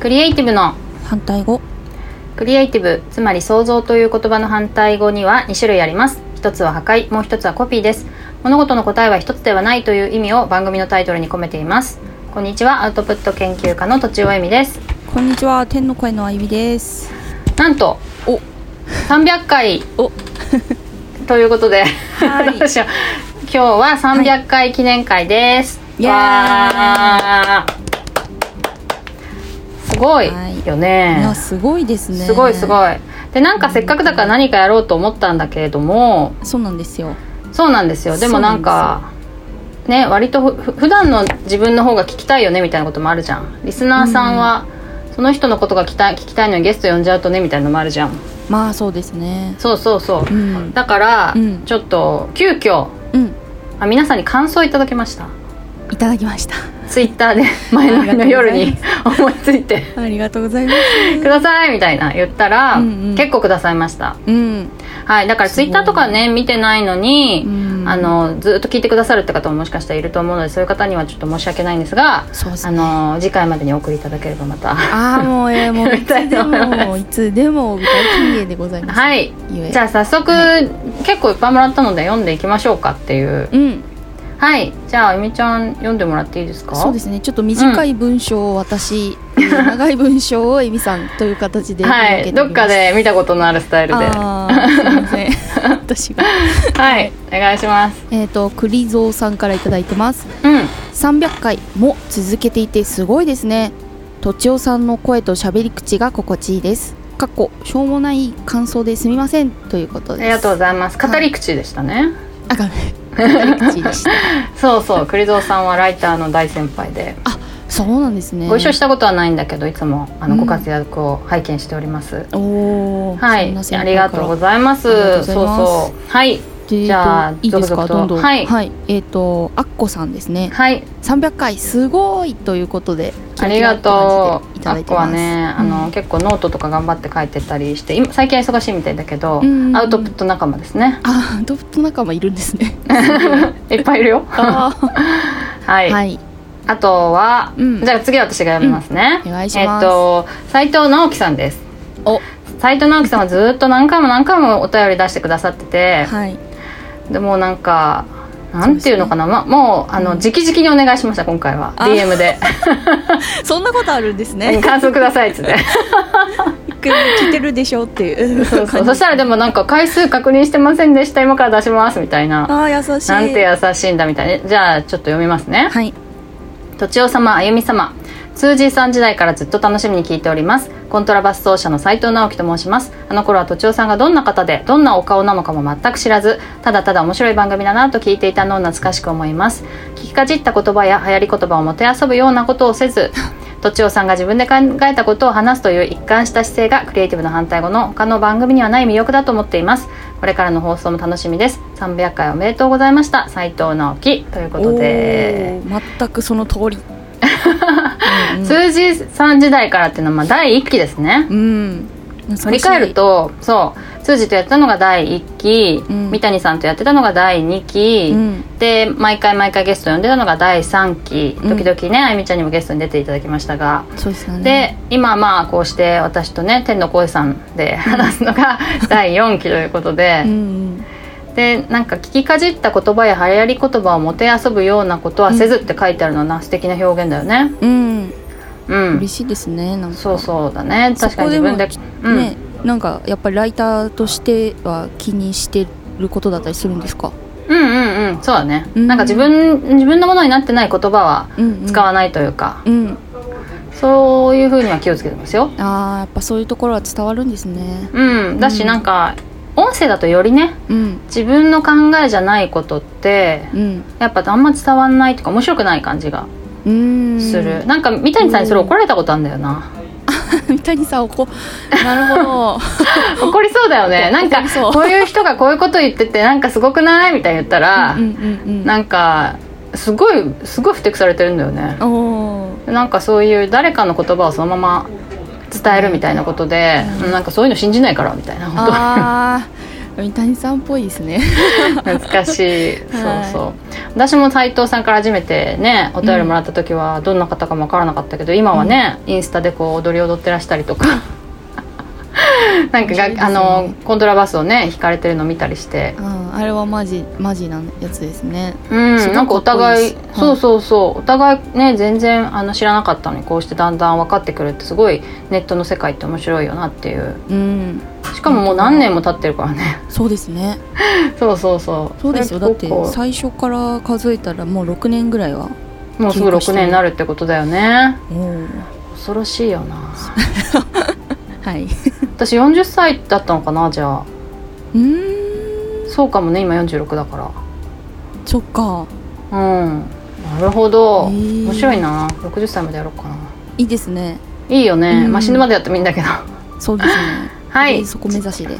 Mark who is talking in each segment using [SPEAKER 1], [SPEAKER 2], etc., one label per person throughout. [SPEAKER 1] クリエイティブの
[SPEAKER 2] 反対語
[SPEAKER 1] クリエイティブつまり創造という言葉の反対語には2種類あります一つは破壊もう一つはコピーです物事の答えは一つではないという意味を番組のタイトルに込めていますこんにちはアウトプット研究家のとちおえみです
[SPEAKER 2] こんにちは天の声のあゆみです
[SPEAKER 1] なんと
[SPEAKER 2] お
[SPEAKER 1] 300回
[SPEAKER 2] お
[SPEAKER 1] ということで、
[SPEAKER 2] はい
[SPEAKER 1] どうしよう今日は300回記念会です、
[SPEAKER 2] イエーイ
[SPEAKER 1] わーすごいよね、
[SPEAKER 2] いやすごいですね
[SPEAKER 1] すごいす
[SPEAKER 2] い
[SPEAKER 1] ごいでなんかせっかくだから何かやろうと思ったんだけれども
[SPEAKER 2] そうなんですよ
[SPEAKER 1] そうなんですよでもなんかね割とふふ普段の自分の方が聞きたいよねみたいなこともあるじゃんリスナーさんは、その人のことが聞きたい聞きたいのにゲスト呼んじゃうとねみたいなのもあるじゃん
[SPEAKER 2] まあそうですね
[SPEAKER 1] そうそうそう、
[SPEAKER 2] うん
[SPEAKER 1] だから、
[SPEAKER 2] うん
[SPEAKER 1] ちょっと急遽
[SPEAKER 2] うん
[SPEAKER 1] あ皆さんに感想いただきました
[SPEAKER 2] いただきました
[SPEAKER 1] ツイッターで 前の日の夜に思いついて
[SPEAKER 2] ありがとうございま
[SPEAKER 1] 「
[SPEAKER 2] す
[SPEAKER 1] ください」みたいな言ったら、
[SPEAKER 2] うんうん
[SPEAKER 1] 結構くださいました
[SPEAKER 2] うん、
[SPEAKER 1] はい、だからツイッターとかね見てないのに、
[SPEAKER 2] うん
[SPEAKER 1] あのずっと聞いてくださるって方ももしかしたらいると思うのでそういう方にはちょっと申し訳ないんですが
[SPEAKER 2] そうです
[SPEAKER 1] あ
[SPEAKER 2] ね
[SPEAKER 1] の次回までにお送りいただければま た
[SPEAKER 2] ああも うえー、もういつでもいつでも歌い切りでございます
[SPEAKER 1] はい
[SPEAKER 2] ゆえ
[SPEAKER 1] じゃあ早速、結構いっぱいもらったので読んでいきましょうかっていう
[SPEAKER 2] うん
[SPEAKER 1] はいじゃあゆみちゃん読んでもらっていいですか
[SPEAKER 2] そうですねちょっと短い文章を私、長い文章をえみさんという形で
[SPEAKER 1] は
[SPEAKER 2] 分け
[SPEAKER 1] い
[SPEAKER 2] て
[SPEAKER 1] ど
[SPEAKER 2] お
[SPEAKER 1] っ
[SPEAKER 2] りま
[SPEAKER 1] か
[SPEAKER 2] す
[SPEAKER 1] で見たことのあるスタイルでは
[SPEAKER 2] あーすいません 私が
[SPEAKER 1] いお願いします
[SPEAKER 2] えっ、と栗蔵さんからいただいてます
[SPEAKER 1] うん
[SPEAKER 2] 300回も続けていてすごいですねとちおさんの声と喋り口が心地いいですかっこしょうもない感想ですみませんということ
[SPEAKER 1] あ
[SPEAKER 2] です
[SPEAKER 1] りがとうございます語り口でしたね、
[SPEAKER 2] あかん喋り口 でした
[SPEAKER 1] そうそう栗蔵さんはライターの大先輩で
[SPEAKER 2] あそうなんですね
[SPEAKER 1] ご一緒したことはないんだけどいつもあの
[SPEAKER 2] うん
[SPEAKER 1] ご活躍を拝見しております、
[SPEAKER 2] おお
[SPEAKER 1] はいありがとうございます
[SPEAKER 2] ありがとうござい
[SPEAKER 1] そう
[SPEAKER 2] ます
[SPEAKER 1] そうはい
[SPEAKER 2] じ
[SPEAKER 1] じゃあ
[SPEAKER 2] ゃあいいです
[SPEAKER 1] 続
[SPEAKER 2] か
[SPEAKER 1] 々と
[SPEAKER 2] どんどん
[SPEAKER 1] はい
[SPEAKER 2] えっ、とあっこさんですね
[SPEAKER 1] はい
[SPEAKER 2] 300回すごいということで
[SPEAKER 1] ありがとう
[SPEAKER 2] キ
[SPEAKER 1] あ
[SPEAKER 2] ラキラって感じでいただ
[SPEAKER 1] っ
[SPEAKER 2] いて
[SPEAKER 1] こ
[SPEAKER 2] ま
[SPEAKER 1] は
[SPEAKER 2] す
[SPEAKER 1] ねあの、結構ノートとか頑張って書いてたりして今最近は忙しいみたいだけど、
[SPEAKER 2] うん
[SPEAKER 1] アウトプット仲間ですね
[SPEAKER 2] あドット仲間いるんです ね
[SPEAKER 1] いっぱいいる よ
[SPEAKER 2] は
[SPEAKER 1] はい、
[SPEAKER 2] い
[SPEAKER 1] あとは、
[SPEAKER 2] うん
[SPEAKER 1] じゃあ次私が読みますね、
[SPEAKER 2] うんお願いします
[SPEAKER 1] えっと斉藤直樹さんです
[SPEAKER 2] お
[SPEAKER 1] 斉藤直樹さんはずっと何回も何回もお便り出してくださってて、
[SPEAKER 2] はい
[SPEAKER 1] でもうなんかなんていうのかな、ま、もうあの、直々にお願いしました今回は
[SPEAKER 2] あ
[SPEAKER 1] DM で
[SPEAKER 2] そんなことあるんで
[SPEAKER 1] 「
[SPEAKER 2] すね
[SPEAKER 1] 感想ください」っつって
[SPEAKER 2] 聞いてるでしょってい う
[SPEAKER 1] そうそうそしたらでもなんか「回数確認してませんでした今から出します」みたいな
[SPEAKER 2] ああ優しい
[SPEAKER 1] なんて優しいんだみたいなじゃあちょっと読みますね
[SPEAKER 2] はい
[SPEAKER 1] とちお様あゆみ様通じさん時代からずっと楽しみに聞いておりますコントラバス奏者の斉藤直樹と申しますあの頃はとちおさんがどんな方でどんなお顔なのかも全く知らずただただ面白い番組だなと聞いていたのを懐かしく思います聞きかじった言葉や流行り言葉をもてあそぶようなことをせず とちおさんが自分で考えたことを話すという一貫した姿勢がクリエイティブの反対語の他の番組にはない魅力だと思っていますこれからの放送も楽しみです300回おめでとうございました斉藤直樹ということで
[SPEAKER 2] おー全くその通 りうんうん
[SPEAKER 1] 数字3時代からっていうのはまあ第1期ですね
[SPEAKER 2] うん懐かしい
[SPEAKER 1] 振り返るとそう通じとやってたのが第1期、
[SPEAKER 2] うん
[SPEAKER 1] 三谷さんとやってたのが第2期、
[SPEAKER 2] うん
[SPEAKER 1] で毎回毎回ゲスト呼んでたのが第3期
[SPEAKER 2] うん
[SPEAKER 1] 時々ね、あゆみちゃんにもゲストに出ていただきましたが、
[SPEAKER 2] そうですよね
[SPEAKER 1] で今まあこうして私とね天の声さんで話すの が第4期ということで
[SPEAKER 2] う、んうん
[SPEAKER 1] でなんか聞きかじった言葉や流行り言葉をもてあそぶようなことはせずって書いてあるのはな素敵な表現だよね。
[SPEAKER 2] うん
[SPEAKER 1] うん
[SPEAKER 2] 嬉しいですねなんか
[SPEAKER 1] そうそうだね確かに自分で
[SPEAKER 2] そこ
[SPEAKER 1] うん
[SPEAKER 2] ね、なんかやっぱりライターとしては気にしてることだったりするんですか、
[SPEAKER 1] うんうんうんそうだね、
[SPEAKER 2] うん
[SPEAKER 1] なんか自分自分のものになってない言葉は
[SPEAKER 2] うん
[SPEAKER 1] 使わないというか、
[SPEAKER 2] うん
[SPEAKER 1] そういうふうには気をつけてますよ
[SPEAKER 2] あーやっぱそういうところは伝わるんですね
[SPEAKER 1] うんだ
[SPEAKER 2] う
[SPEAKER 1] し
[SPEAKER 2] ん
[SPEAKER 1] なんか音声だとよりね
[SPEAKER 2] うん
[SPEAKER 1] 自分の考えじゃないことって
[SPEAKER 2] うん
[SPEAKER 1] やっぱあんま伝わんないとか面白くない感じが
[SPEAKER 2] うーん
[SPEAKER 1] する、なんか三谷さんにそれ怒られたことあるんだよな、
[SPEAKER 2] 三谷さんおこなるほど
[SPEAKER 1] 怒りそうだよ ねなん
[SPEAKER 2] 怒
[SPEAKER 1] か
[SPEAKER 2] りそう
[SPEAKER 1] こういう人がこういうこと言っててなんかすごくないみたいに言ったら、
[SPEAKER 2] うんうん
[SPEAKER 1] なんかすごいすごいふてくされてるんだよね
[SPEAKER 2] うんおー
[SPEAKER 1] なんかそういう誰かの言葉をそのまま伝えるみたいなことで、なんかそういうの信じないからみたいなこと
[SPEAKER 2] あー三谷さんっぽいですね
[SPEAKER 1] 懐かしい
[SPEAKER 2] はい
[SPEAKER 1] そうそう私も斉藤さんから初めてねお便りもらった時はどんな方かも分からなかったけど、今はね、インスタでこう踊り踊ってらしたりと かなんか
[SPEAKER 2] 面白
[SPEAKER 1] が、
[SPEAKER 2] いですね
[SPEAKER 1] あのコントラバスをね弾かれてるの見たりして
[SPEAKER 2] ああれはマジマジなやつですね
[SPEAKER 1] うん
[SPEAKER 2] すごく
[SPEAKER 1] なんかお互い
[SPEAKER 2] かっこいいです
[SPEAKER 1] そうそうそうお互いね全然あの知らなかったのにこうしてだんだん分かってくるってすごいネットの世界って面白いよなっていう
[SPEAKER 2] うん
[SPEAKER 1] しかももう何年も経ってるからね
[SPEAKER 2] そうですね
[SPEAKER 1] そうそうそう
[SPEAKER 2] そうですよだ
[SPEAKER 1] れ
[SPEAKER 2] っ
[SPEAKER 1] 結
[SPEAKER 2] て
[SPEAKER 1] 構
[SPEAKER 2] 最初から数えたらもう6年ぐらいは
[SPEAKER 1] もうすぐ6年になるってことだよね
[SPEAKER 2] おお
[SPEAKER 1] 恐ろしいよな
[SPEAKER 2] はいう
[SPEAKER 1] 私40歳だったのかなじゃあ
[SPEAKER 2] ーん
[SPEAKER 1] そうかもね今46だか
[SPEAKER 2] そっから
[SPEAKER 1] うんなるほど
[SPEAKER 2] へー
[SPEAKER 1] 面白いな60歳までやろうかない
[SPEAKER 2] いですね
[SPEAKER 1] いいよね、
[SPEAKER 2] うん
[SPEAKER 1] まあ死ぬまでやってもいいんだけど
[SPEAKER 2] そうですね
[SPEAKER 1] はい
[SPEAKER 2] そこ目指しで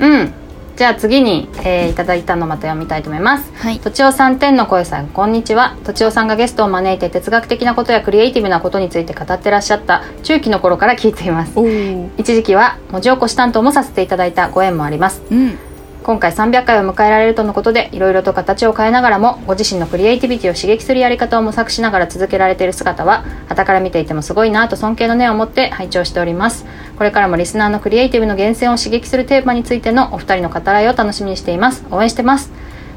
[SPEAKER 1] うんじゃあ次に、えーいただいたのまた読みたいと思います
[SPEAKER 2] はい
[SPEAKER 1] とちおさん天の声さんこんにちはとちおさんがゲストを招いて哲学的なことやクリエイティブなことについて語ってらっしゃった中期の頃から聞いています
[SPEAKER 2] おお
[SPEAKER 1] 一時期は文字起こし担当もさせていただいたご縁もあります
[SPEAKER 2] うん
[SPEAKER 1] 今回300回を迎えられるとのことでいろいろと形を変えながらもご自身のクリエイティビティを刺激するやり方を模索しながら続けられている姿は傍から見ていてもすごいなと尊敬の念を持って拝聴しておりますこれからもリスナーのクリエイティブの源泉を刺激するテーマについてのお二人の語らいを楽しみにしています応援してます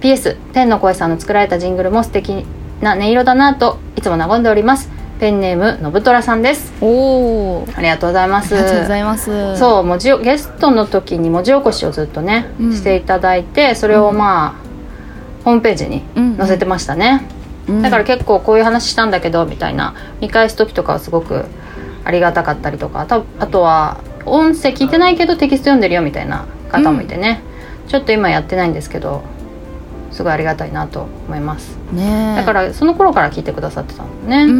[SPEAKER 1] PS 天の声さんの作られたジングルも素敵な音色だなといつも和んでおりますペンネームのぶとらさんです
[SPEAKER 2] おお
[SPEAKER 1] ありがとうございま
[SPEAKER 2] あり
[SPEAKER 1] す
[SPEAKER 2] がとうございます
[SPEAKER 1] そう文字をゲストの時に文字起こしをずっとね、
[SPEAKER 2] うん
[SPEAKER 1] していただいてそれをまあ、ホームページに
[SPEAKER 2] うん
[SPEAKER 1] 載せてましたね、
[SPEAKER 2] うん、
[SPEAKER 1] だから結構こういう話したんだけどみたいな見返す時とかはすごくありがたかったりとかたあとは音声聞いてないけどテキスト読んでるよみたいな方もいてね、ちょっと今やってないんですけどすごいありがたいなと思います
[SPEAKER 2] ねえ
[SPEAKER 1] だからその頃から聞いてくださってたの
[SPEAKER 2] うん
[SPEAKER 1] ね、うん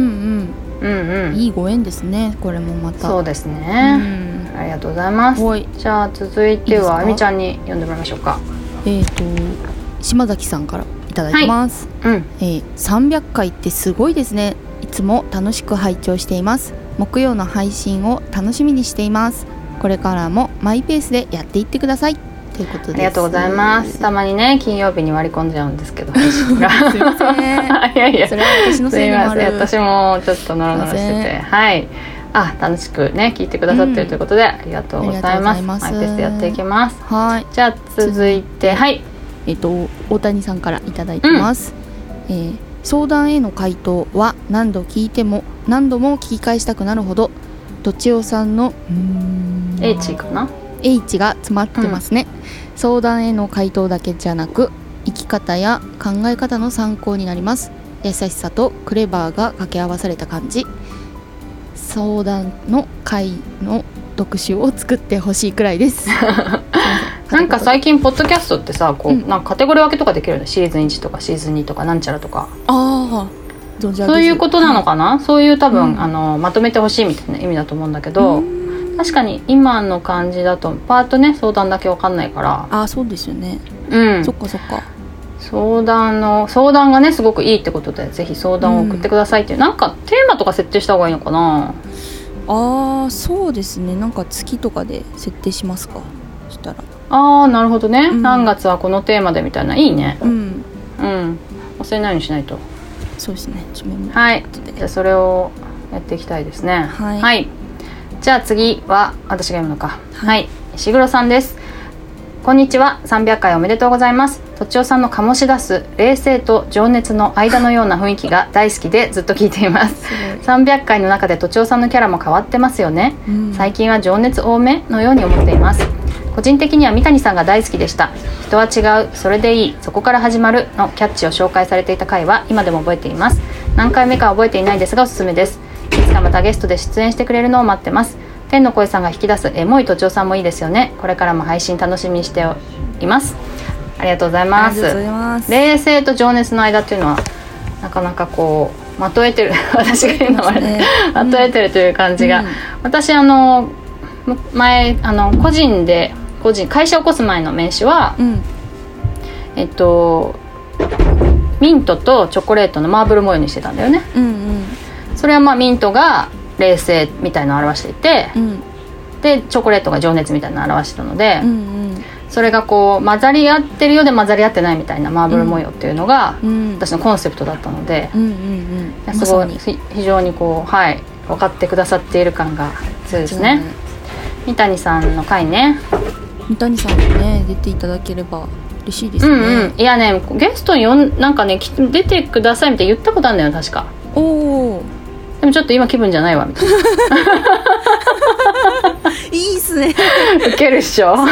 [SPEAKER 1] う
[SPEAKER 2] うん
[SPEAKER 1] ん
[SPEAKER 2] いいご縁ですねこれもまた
[SPEAKER 1] そうですね、ありがとうございます
[SPEAKER 2] うん、おい
[SPEAKER 1] じゃあ続いてはい
[SPEAKER 2] いですか
[SPEAKER 1] あみちゃんに読んでもらいましょうか。
[SPEAKER 2] えっ、と島崎さんからいただいてます、
[SPEAKER 1] うん。
[SPEAKER 2] えー300回ってすごいですねいつも楽しく拝聴しています木曜の配信を楽しみにしていますこれからもマイペースでやっていってくださいということです
[SPEAKER 1] ありがとうございます。たまにね金曜日に割り込んじゃうんですけど。配信が
[SPEAKER 2] すいませ ん
[SPEAKER 1] いやいや。す
[SPEAKER 2] それは私のせい
[SPEAKER 1] み
[SPEAKER 2] にも
[SPEAKER 1] ま
[SPEAKER 2] あ
[SPEAKER 1] せ
[SPEAKER 2] る
[SPEAKER 1] ん。私もちょっとノロノロして
[SPEAKER 2] すいませ
[SPEAKER 1] て、
[SPEAKER 2] ん
[SPEAKER 1] はい。あ楽しくね聞いてくださって
[SPEAKER 2] う
[SPEAKER 1] る
[SPEAKER 2] ん
[SPEAKER 1] ということで、ありがとうござい
[SPEAKER 2] あ
[SPEAKER 1] ます。マイ
[SPEAKER 2] りがとうございます
[SPEAKER 1] ペースでやっていきます。
[SPEAKER 2] はい
[SPEAKER 1] じゃあ続いてはい。
[SPEAKER 2] えっと大谷さんからいただいてます、えー相談への回答は何度聞いても何度も聞き返したくなるほどとちおさんのうーん
[SPEAKER 1] H かな。
[SPEAKER 2] H が詰まってますね、相談への回答だけじゃなく生き方や考え方の参考になります優しさとクレバーが掛け合わされた感じ相談の会の特集を作ってほしいくらいです すいませ
[SPEAKER 1] なんか最近ポッドキャストってさこう、
[SPEAKER 2] うん
[SPEAKER 1] なんかカテゴリー分けとかできるよねシーズン1とかシーズン2とかなんちゃらとか
[SPEAKER 2] ああ
[SPEAKER 1] そういうことなのかな、そういう多分、
[SPEAKER 2] うん
[SPEAKER 1] あのまとめてほしいみたいな意味だと思うんだけど、確かに今の感じだとパートね相談だけわかんないから、
[SPEAKER 2] ああそうですよね、
[SPEAKER 1] うん
[SPEAKER 2] そ、っかそっか
[SPEAKER 1] 相談の相談がねすごくいいってことでぜひ相談を送ってくださいっていう、なんかテーマとか設定した方がいいのかな
[SPEAKER 2] ああそうですねなんか月とかで設定しますかそしたら
[SPEAKER 1] あーなるほどね、
[SPEAKER 2] うん
[SPEAKER 1] 何月はこのテーマでみたいないいね
[SPEAKER 2] うん
[SPEAKER 1] うん忘れないようにしないと
[SPEAKER 2] そうですねちょっとメモ
[SPEAKER 1] はい
[SPEAKER 2] 後で
[SPEAKER 1] じゃあそれをやっていきたいですね
[SPEAKER 2] はい
[SPEAKER 1] じゃあ次は私が読むのか
[SPEAKER 2] は
[SPEAKER 1] はいい石黒さんですこんにちは300回おめでとうございますとちおさんの醸し出す冷静と情熱の間のような雰囲気が大好きでずっと聞いています300回の中でとちおさんのキャラも変わってますよね
[SPEAKER 2] うん
[SPEAKER 1] 最近は情熱多めのように思っています個人的には三谷さんが大好きでした人は違うそれでいいそこから始まるのキャッチを紹介されていた回は今でも覚えています何回目か覚えていないですがおすすめですいつかまたゲストで出演してくれるのを待ってます天の声さんが引き出すエモい都庁さんもいいですよねこれからも配信楽しみにしていますありがとうござい
[SPEAKER 2] あ
[SPEAKER 1] ま
[SPEAKER 2] りがとうご
[SPEAKER 1] す
[SPEAKER 2] ざいます
[SPEAKER 1] 冷静と情熱の間っていうのはなかなかこうまとえてる 私が言うのはあれ
[SPEAKER 2] ね
[SPEAKER 1] まとえてるという感じが、
[SPEAKER 2] うん
[SPEAKER 1] 私あのむ前あの個人で個人会社を起こす前の名刺は、
[SPEAKER 2] うん
[SPEAKER 1] えっとミントとチョコレートのマーブル模様にしてたんだよね
[SPEAKER 2] うん
[SPEAKER 1] それはまあミントが冷静みたいなのを表していて
[SPEAKER 2] う、ん
[SPEAKER 1] でチョコレートが情熱みたいなのを表してたので、
[SPEAKER 2] うんうん
[SPEAKER 1] それがこう混ざり合ってるようで混ざり合ってないみたいなマーブル模様っていうのが
[SPEAKER 2] うん
[SPEAKER 1] 私のコンセプトだったので、
[SPEAKER 2] うんうんうん
[SPEAKER 1] す
[SPEAKER 2] ま
[SPEAKER 1] ご
[SPEAKER 2] さ
[SPEAKER 1] い
[SPEAKER 2] に
[SPEAKER 1] ひ非常にこうはい分かってくださっている感が強いですね三谷さんの回ね
[SPEAKER 2] 三谷さんもね出ていただければ嬉しいです
[SPEAKER 1] う
[SPEAKER 2] ね、
[SPEAKER 1] んうんいやねゲストに呼んなんかねき出てくださいみたいな言ったことあるんだよ確か
[SPEAKER 2] おお
[SPEAKER 1] でもちょっと今気分じゃないわみたい
[SPEAKER 2] いいっす ね
[SPEAKER 1] な ウケるっしょ
[SPEAKER 2] あ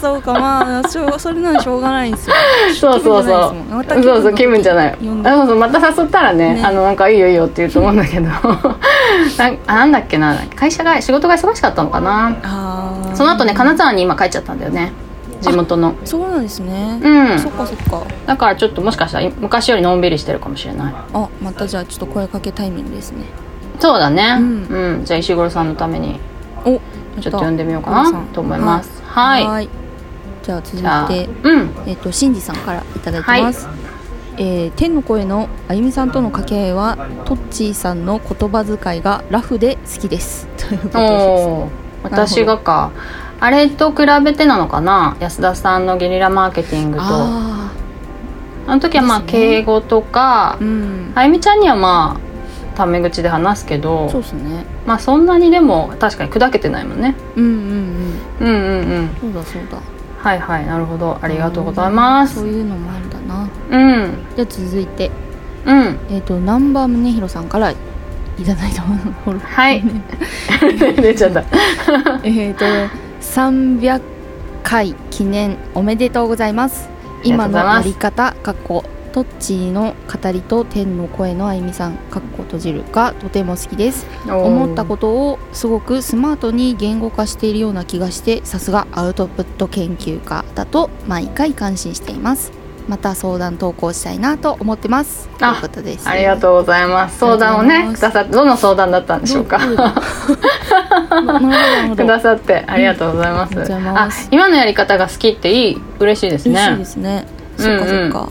[SPEAKER 2] そうかまあしょうそれならしょうがないんですよ
[SPEAKER 1] そうそうそうそうそう気分じゃない
[SPEAKER 2] 呼んで
[SPEAKER 1] あそうそうまた誘ったらね
[SPEAKER 2] ね
[SPEAKER 1] あのなんかいいよいいよって言うと思うんだけど なんあなんだっけな会社が仕事が忙しかったのかな
[SPEAKER 2] あー
[SPEAKER 1] その後ね金沢に今帰っちゃったんだよね地元の
[SPEAKER 2] そうなんですね
[SPEAKER 1] う、ん
[SPEAKER 2] そっかそっか
[SPEAKER 1] だからちょっともしかしたらい昔よりのんびりしてるかもしれない
[SPEAKER 2] あまたじゃあちょっと声かけタイミングですね
[SPEAKER 1] そうだねう
[SPEAKER 2] うんん、
[SPEAKER 1] じゃあ石黒さんのために
[SPEAKER 2] おや
[SPEAKER 1] ちょっと読んでみようか
[SPEAKER 2] 石
[SPEAKER 1] な
[SPEAKER 2] 黒さん
[SPEAKER 1] と思いますはい
[SPEAKER 2] はーいじゃあ続
[SPEAKER 1] じゃあ
[SPEAKER 2] いて
[SPEAKER 1] うん
[SPEAKER 2] えっと、しんじさんからいただいてます、えー天の声のあゆみさんとの掛け合いはトッチーさんの言葉遣いがラフで好きですということです
[SPEAKER 1] おー私がかあれと比べてなのかな安田さんのゲリラマーケティングとあ
[SPEAKER 2] あ
[SPEAKER 1] の時はまあ
[SPEAKER 2] ですね
[SPEAKER 1] 敬語とか
[SPEAKER 2] あ、うん
[SPEAKER 1] あゆみちゃんにはまあタメ口で話すけど
[SPEAKER 2] そうですね
[SPEAKER 1] まあそんなにでも確かに砕けてないもんね
[SPEAKER 2] うんうんうん
[SPEAKER 1] うんうんうん
[SPEAKER 2] そうだそうだ
[SPEAKER 1] はいはいなるほどあ
[SPEAKER 2] あ
[SPEAKER 1] りがとうございます
[SPEAKER 2] そうういうのもあるんだなんじゃあ続いて
[SPEAKER 1] うん
[SPEAKER 2] えっ、と南波宗弘さんからいただいたも の
[SPEAKER 1] はい 出ちゃった
[SPEAKER 2] えっと300回記念おめでとうございます今のやり方かっこトッチーの語りと天の声のあゆみさんかっこ閉じるがとても好きです思ったことをすごくスマートに言語化しているような気がしてさすがアウトプット研究家だと毎回感心していますまた相談投稿したいなと思ってますと
[SPEAKER 1] あ
[SPEAKER 2] いうことです
[SPEAKER 1] ありがとうございます相談を
[SPEAKER 2] あり
[SPEAKER 1] ね
[SPEAKER 2] がとう
[SPEAKER 1] く
[SPEAKER 2] ござ
[SPEAKER 1] ださっ
[SPEAKER 2] います
[SPEAKER 1] てどの相談だったんでしょうか
[SPEAKER 2] どうだ ななるほど
[SPEAKER 1] くだ
[SPEAKER 2] なる
[SPEAKER 1] さってありがとうございます。
[SPEAKER 2] ありがとうござい
[SPEAKER 1] あ
[SPEAKER 2] ます、
[SPEAKER 1] 今のやり方が好きっていい嬉しいです
[SPEAKER 2] ほど嬉しい
[SPEAKER 1] ね
[SPEAKER 2] で。すね
[SPEAKER 1] うん
[SPEAKER 2] そっかそっか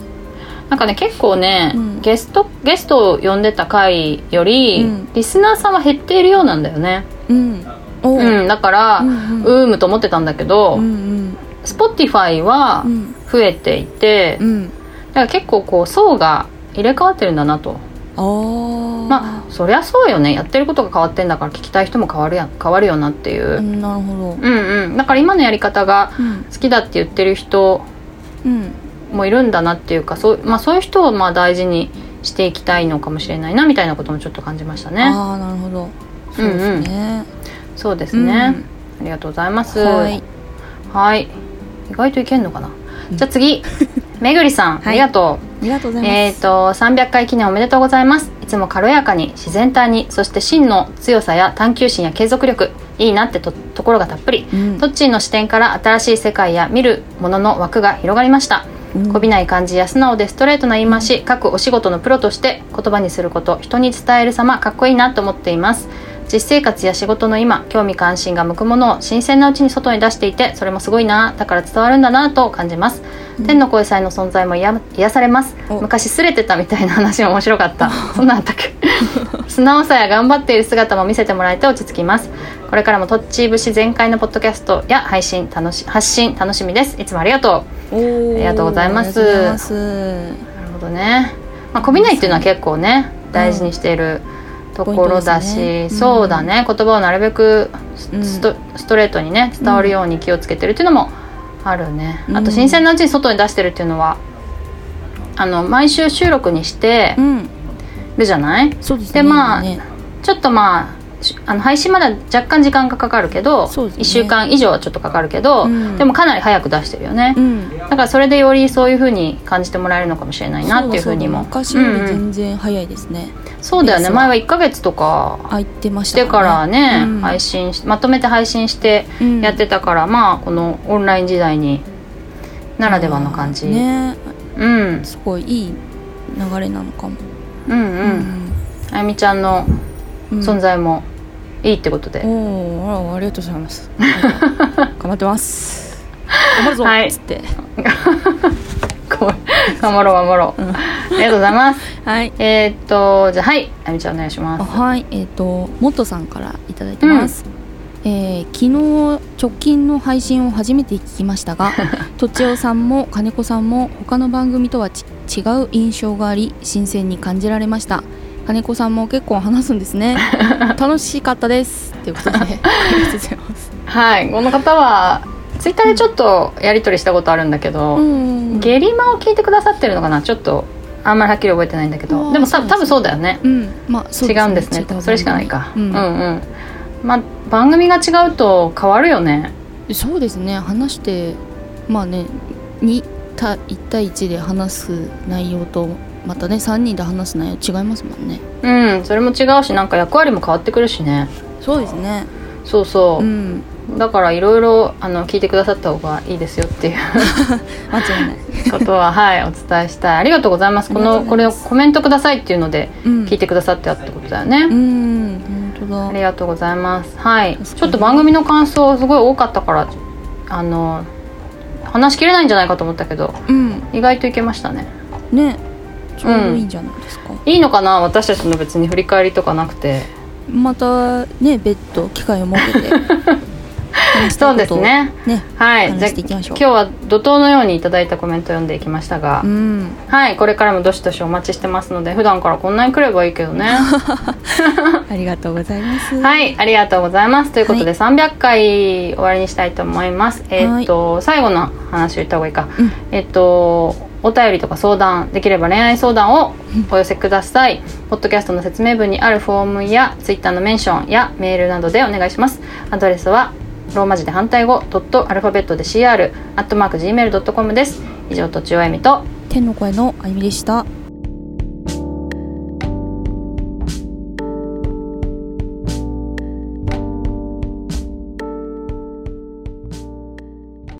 [SPEAKER 1] なんかね結構ね、
[SPEAKER 2] うん
[SPEAKER 1] ゲストゲストを呼んでた回より、
[SPEAKER 2] うん
[SPEAKER 1] リスナーさんは減っているようなんだよね。
[SPEAKER 2] うんおう
[SPEAKER 1] うん、だから、
[SPEAKER 2] う
[SPEAKER 1] うん
[SPEAKER 2] う
[SPEAKER 1] ー
[SPEAKER 2] ん
[SPEAKER 1] むと思ってたんだけど、
[SPEAKER 2] うんうん
[SPEAKER 1] Spotify は
[SPEAKER 2] うん
[SPEAKER 1] 増えていて、
[SPEAKER 2] うん
[SPEAKER 1] だから結構こう層が入れ替わってるんだなと。
[SPEAKER 2] あー
[SPEAKER 1] まあそりゃそうよね。やってることが変わってんだから聞きたい人も変わるやん変わるよなっていうう。
[SPEAKER 2] んなるほ
[SPEAKER 1] う
[SPEAKER 2] ど
[SPEAKER 1] んうん。だから今のやり方が
[SPEAKER 2] うん
[SPEAKER 1] 好きだって言ってる人
[SPEAKER 2] うん
[SPEAKER 1] もいるんだなっていうかそう,、まあ、そういう人をまあ大事にしていきたいのかもしれないなみたいなこともちょっと感じましたね
[SPEAKER 2] ああなるほどそうですね
[SPEAKER 1] そうですね、ありがとうございます
[SPEAKER 2] うんはい
[SPEAKER 1] はい意外といけんのかな、
[SPEAKER 2] うん
[SPEAKER 1] じゃあ 次めぐりさん
[SPEAKER 2] はい
[SPEAKER 1] ありがと
[SPEAKER 2] ありがとうご
[SPEAKER 1] う、
[SPEAKER 2] ざい
[SPEAKER 1] え
[SPEAKER 2] ま
[SPEAKER 1] っ、
[SPEAKER 2] す
[SPEAKER 1] と300回記念おめでとうございますいつも軽やかに自然体にそして真の強さや探求心や継続力いいなってとところがたっぷり
[SPEAKER 2] うん
[SPEAKER 1] トッチーの視点から新しい世界や見るものの枠が広がりました
[SPEAKER 2] うん
[SPEAKER 1] こびない感じや素直でストレートな言い回し各お仕事のプロとして言葉にすること人に伝える様かっこいいなと思っています実生活や仕事の今興味関心が向くものを新鮮なうちに外に出していてそれもすごいなだから伝わるんだなと感じます、
[SPEAKER 2] うん
[SPEAKER 1] 天の声さんの存在も癒や癒されます
[SPEAKER 2] お
[SPEAKER 1] 昔すれてたみたいな話も面白かった そんなんあったっけ 素直さや頑張っている姿も見せてもらえて落ち着きますこれからもとっちー節全開のポッドキャストや配信楽し発信楽しみですいつもありがとう
[SPEAKER 2] おー
[SPEAKER 1] ありがとうございます
[SPEAKER 2] ありがとうございます
[SPEAKER 1] なるほどね。まあ、こびないっていうのは結構ね、大事にしているところだし、
[SPEAKER 2] ポイントですね
[SPEAKER 1] そうだね、言葉をなるべくス,、
[SPEAKER 2] うん
[SPEAKER 1] トストレートにね、伝わるように気をつけてるっていうのもあるね。
[SPEAKER 2] うん
[SPEAKER 1] あと、新鮮なうちに外に出してるっていうのは、あの、毎週収録にして
[SPEAKER 2] うん
[SPEAKER 1] るじゃない
[SPEAKER 2] そうです
[SPEAKER 1] で
[SPEAKER 2] ね
[SPEAKER 1] まあ
[SPEAKER 2] 今ね
[SPEAKER 1] ちょっとまあ、しあの配信まだ若干時間がかかるけど、
[SPEAKER 2] そうですね
[SPEAKER 1] 1週間以上はちょっとかかるけど、
[SPEAKER 2] うん
[SPEAKER 1] でもかなり早く出してるよね、
[SPEAKER 2] うん
[SPEAKER 1] だからそれでよりそういうふうに感じてもらえるのかもしれないなっていうふうにも
[SPEAKER 2] そうだそうだ
[SPEAKER 1] うん
[SPEAKER 2] 昔よ
[SPEAKER 1] う
[SPEAKER 2] り
[SPEAKER 1] ん
[SPEAKER 2] 全然早いですね
[SPEAKER 1] そうだよね
[SPEAKER 2] ペースは
[SPEAKER 1] 前は1ヶ月とか
[SPEAKER 2] あ行ってまし
[SPEAKER 1] したてからね、
[SPEAKER 2] うん
[SPEAKER 1] 配信しまとめて配信して
[SPEAKER 2] うん
[SPEAKER 1] やってたから、まあこのオンライン時代にならではの感じ、
[SPEAKER 2] ね
[SPEAKER 1] うん、
[SPEAKER 2] すごいいい流れなのかも
[SPEAKER 1] うんうん
[SPEAKER 2] う
[SPEAKER 1] あゆみちゃんの
[SPEAKER 2] うん
[SPEAKER 1] 存在もいいってことで、
[SPEAKER 2] おーあらありがとうございます頑張っ てます頑張るぞ
[SPEAKER 1] はい
[SPEAKER 2] っつって
[SPEAKER 1] こう頑張ろう頑張ろう、
[SPEAKER 2] うん
[SPEAKER 1] ありがとうございます
[SPEAKER 2] はい
[SPEAKER 1] えーっとじゃあはいあゆみちゃんお願いし
[SPEAKER 2] あ
[SPEAKER 1] ます
[SPEAKER 2] はいえっ、ともっとさんからいただいてます、えー昨日直近の配信を初めて聞きまし たがとちおさんも金子さんも他の番組とはち違う印象があり新鮮に感じられました金子さんも結構話すんで すね楽しかったですということでありがとうございます
[SPEAKER 1] はいこの方はツイッターでちょっとやり取りしたことあるんだけど、
[SPEAKER 2] うん
[SPEAKER 1] ゲリマを聞いてくださってるのかなちょっとあんまりはっきり覚えてないんだけ
[SPEAKER 2] あ
[SPEAKER 1] ど
[SPEAKER 2] ー
[SPEAKER 1] でもさ
[SPEAKER 2] そうですね
[SPEAKER 1] 多分そうだよね
[SPEAKER 2] うんまあそう
[SPEAKER 1] 違うんですね
[SPEAKER 2] 違う
[SPEAKER 1] それしかないか、
[SPEAKER 2] う
[SPEAKER 1] うん、
[SPEAKER 2] ん
[SPEAKER 1] うんまあ番組が違うと変わるよね
[SPEAKER 2] そうですね話してまあね2対1対1で話す内容とまたね3人で話す内容違いますもんね
[SPEAKER 1] うんそれも違うしなんか役割も変わってくるしね
[SPEAKER 2] そうですね
[SPEAKER 1] そうそう
[SPEAKER 2] う、ん
[SPEAKER 1] だからいろいろあの聞いてくださった方がいいですよっ ていう
[SPEAKER 2] 間違いない、
[SPEAKER 1] ことははいお伝えしたいありがとうございますこ
[SPEAKER 2] あ
[SPEAKER 1] の
[SPEAKER 2] りがと
[SPEAKER 1] こ
[SPEAKER 2] うご
[SPEAKER 1] れ
[SPEAKER 2] ざい
[SPEAKER 1] を
[SPEAKER 2] ます
[SPEAKER 1] コメントくださいっていうので
[SPEAKER 2] うん、
[SPEAKER 1] 聞いてくださってあってことだよね、
[SPEAKER 2] うん本
[SPEAKER 1] あ
[SPEAKER 2] 当
[SPEAKER 1] り
[SPEAKER 2] だ
[SPEAKER 1] がとうございます。はい、
[SPEAKER 2] 確かに
[SPEAKER 1] ちょっと番組の感想すごい多かったから、あの話しきれないんじゃないかと思ったけど、
[SPEAKER 2] うん
[SPEAKER 1] 意外といけましたね。
[SPEAKER 2] ねちょうどいいんじゃないですか、
[SPEAKER 1] いいのかな、私たちの別に振り返りとかなくて。
[SPEAKER 2] またね別途機会を設 けて
[SPEAKER 1] そ
[SPEAKER 2] 話した
[SPEAKER 1] う
[SPEAKER 2] いこ
[SPEAKER 1] です
[SPEAKER 2] とを
[SPEAKER 1] ね。
[SPEAKER 2] ね
[SPEAKER 1] はい、じゃ
[SPEAKER 2] 話
[SPEAKER 1] あ
[SPEAKER 2] していきまし
[SPEAKER 1] 今
[SPEAKER 2] ょう
[SPEAKER 1] 日は怒涛のようにいただいたコメントを読んでいきましたが、
[SPEAKER 2] うん
[SPEAKER 1] はい、これからもどしどしお待ちしてますので、普段からこんなに来ればいいけど ね。
[SPEAKER 2] ありがとうございます
[SPEAKER 1] はい、ありがとうございます。ということで、
[SPEAKER 2] は
[SPEAKER 1] 300回終わりにしたいと思います。えーっと、最後の話を言った方がいいか。
[SPEAKER 2] うん
[SPEAKER 1] えっと、お便りとか相談できれば恋愛相談をお寄せください。ポッドキャストの説明文にあるフォームやツイッターのメンションやメールなどでお願いします。アドレスはローマ字で反対語ドットアルファベットで CR アットマーク gmail.com です。以上とちおえみと
[SPEAKER 2] 天の声のあゆみでした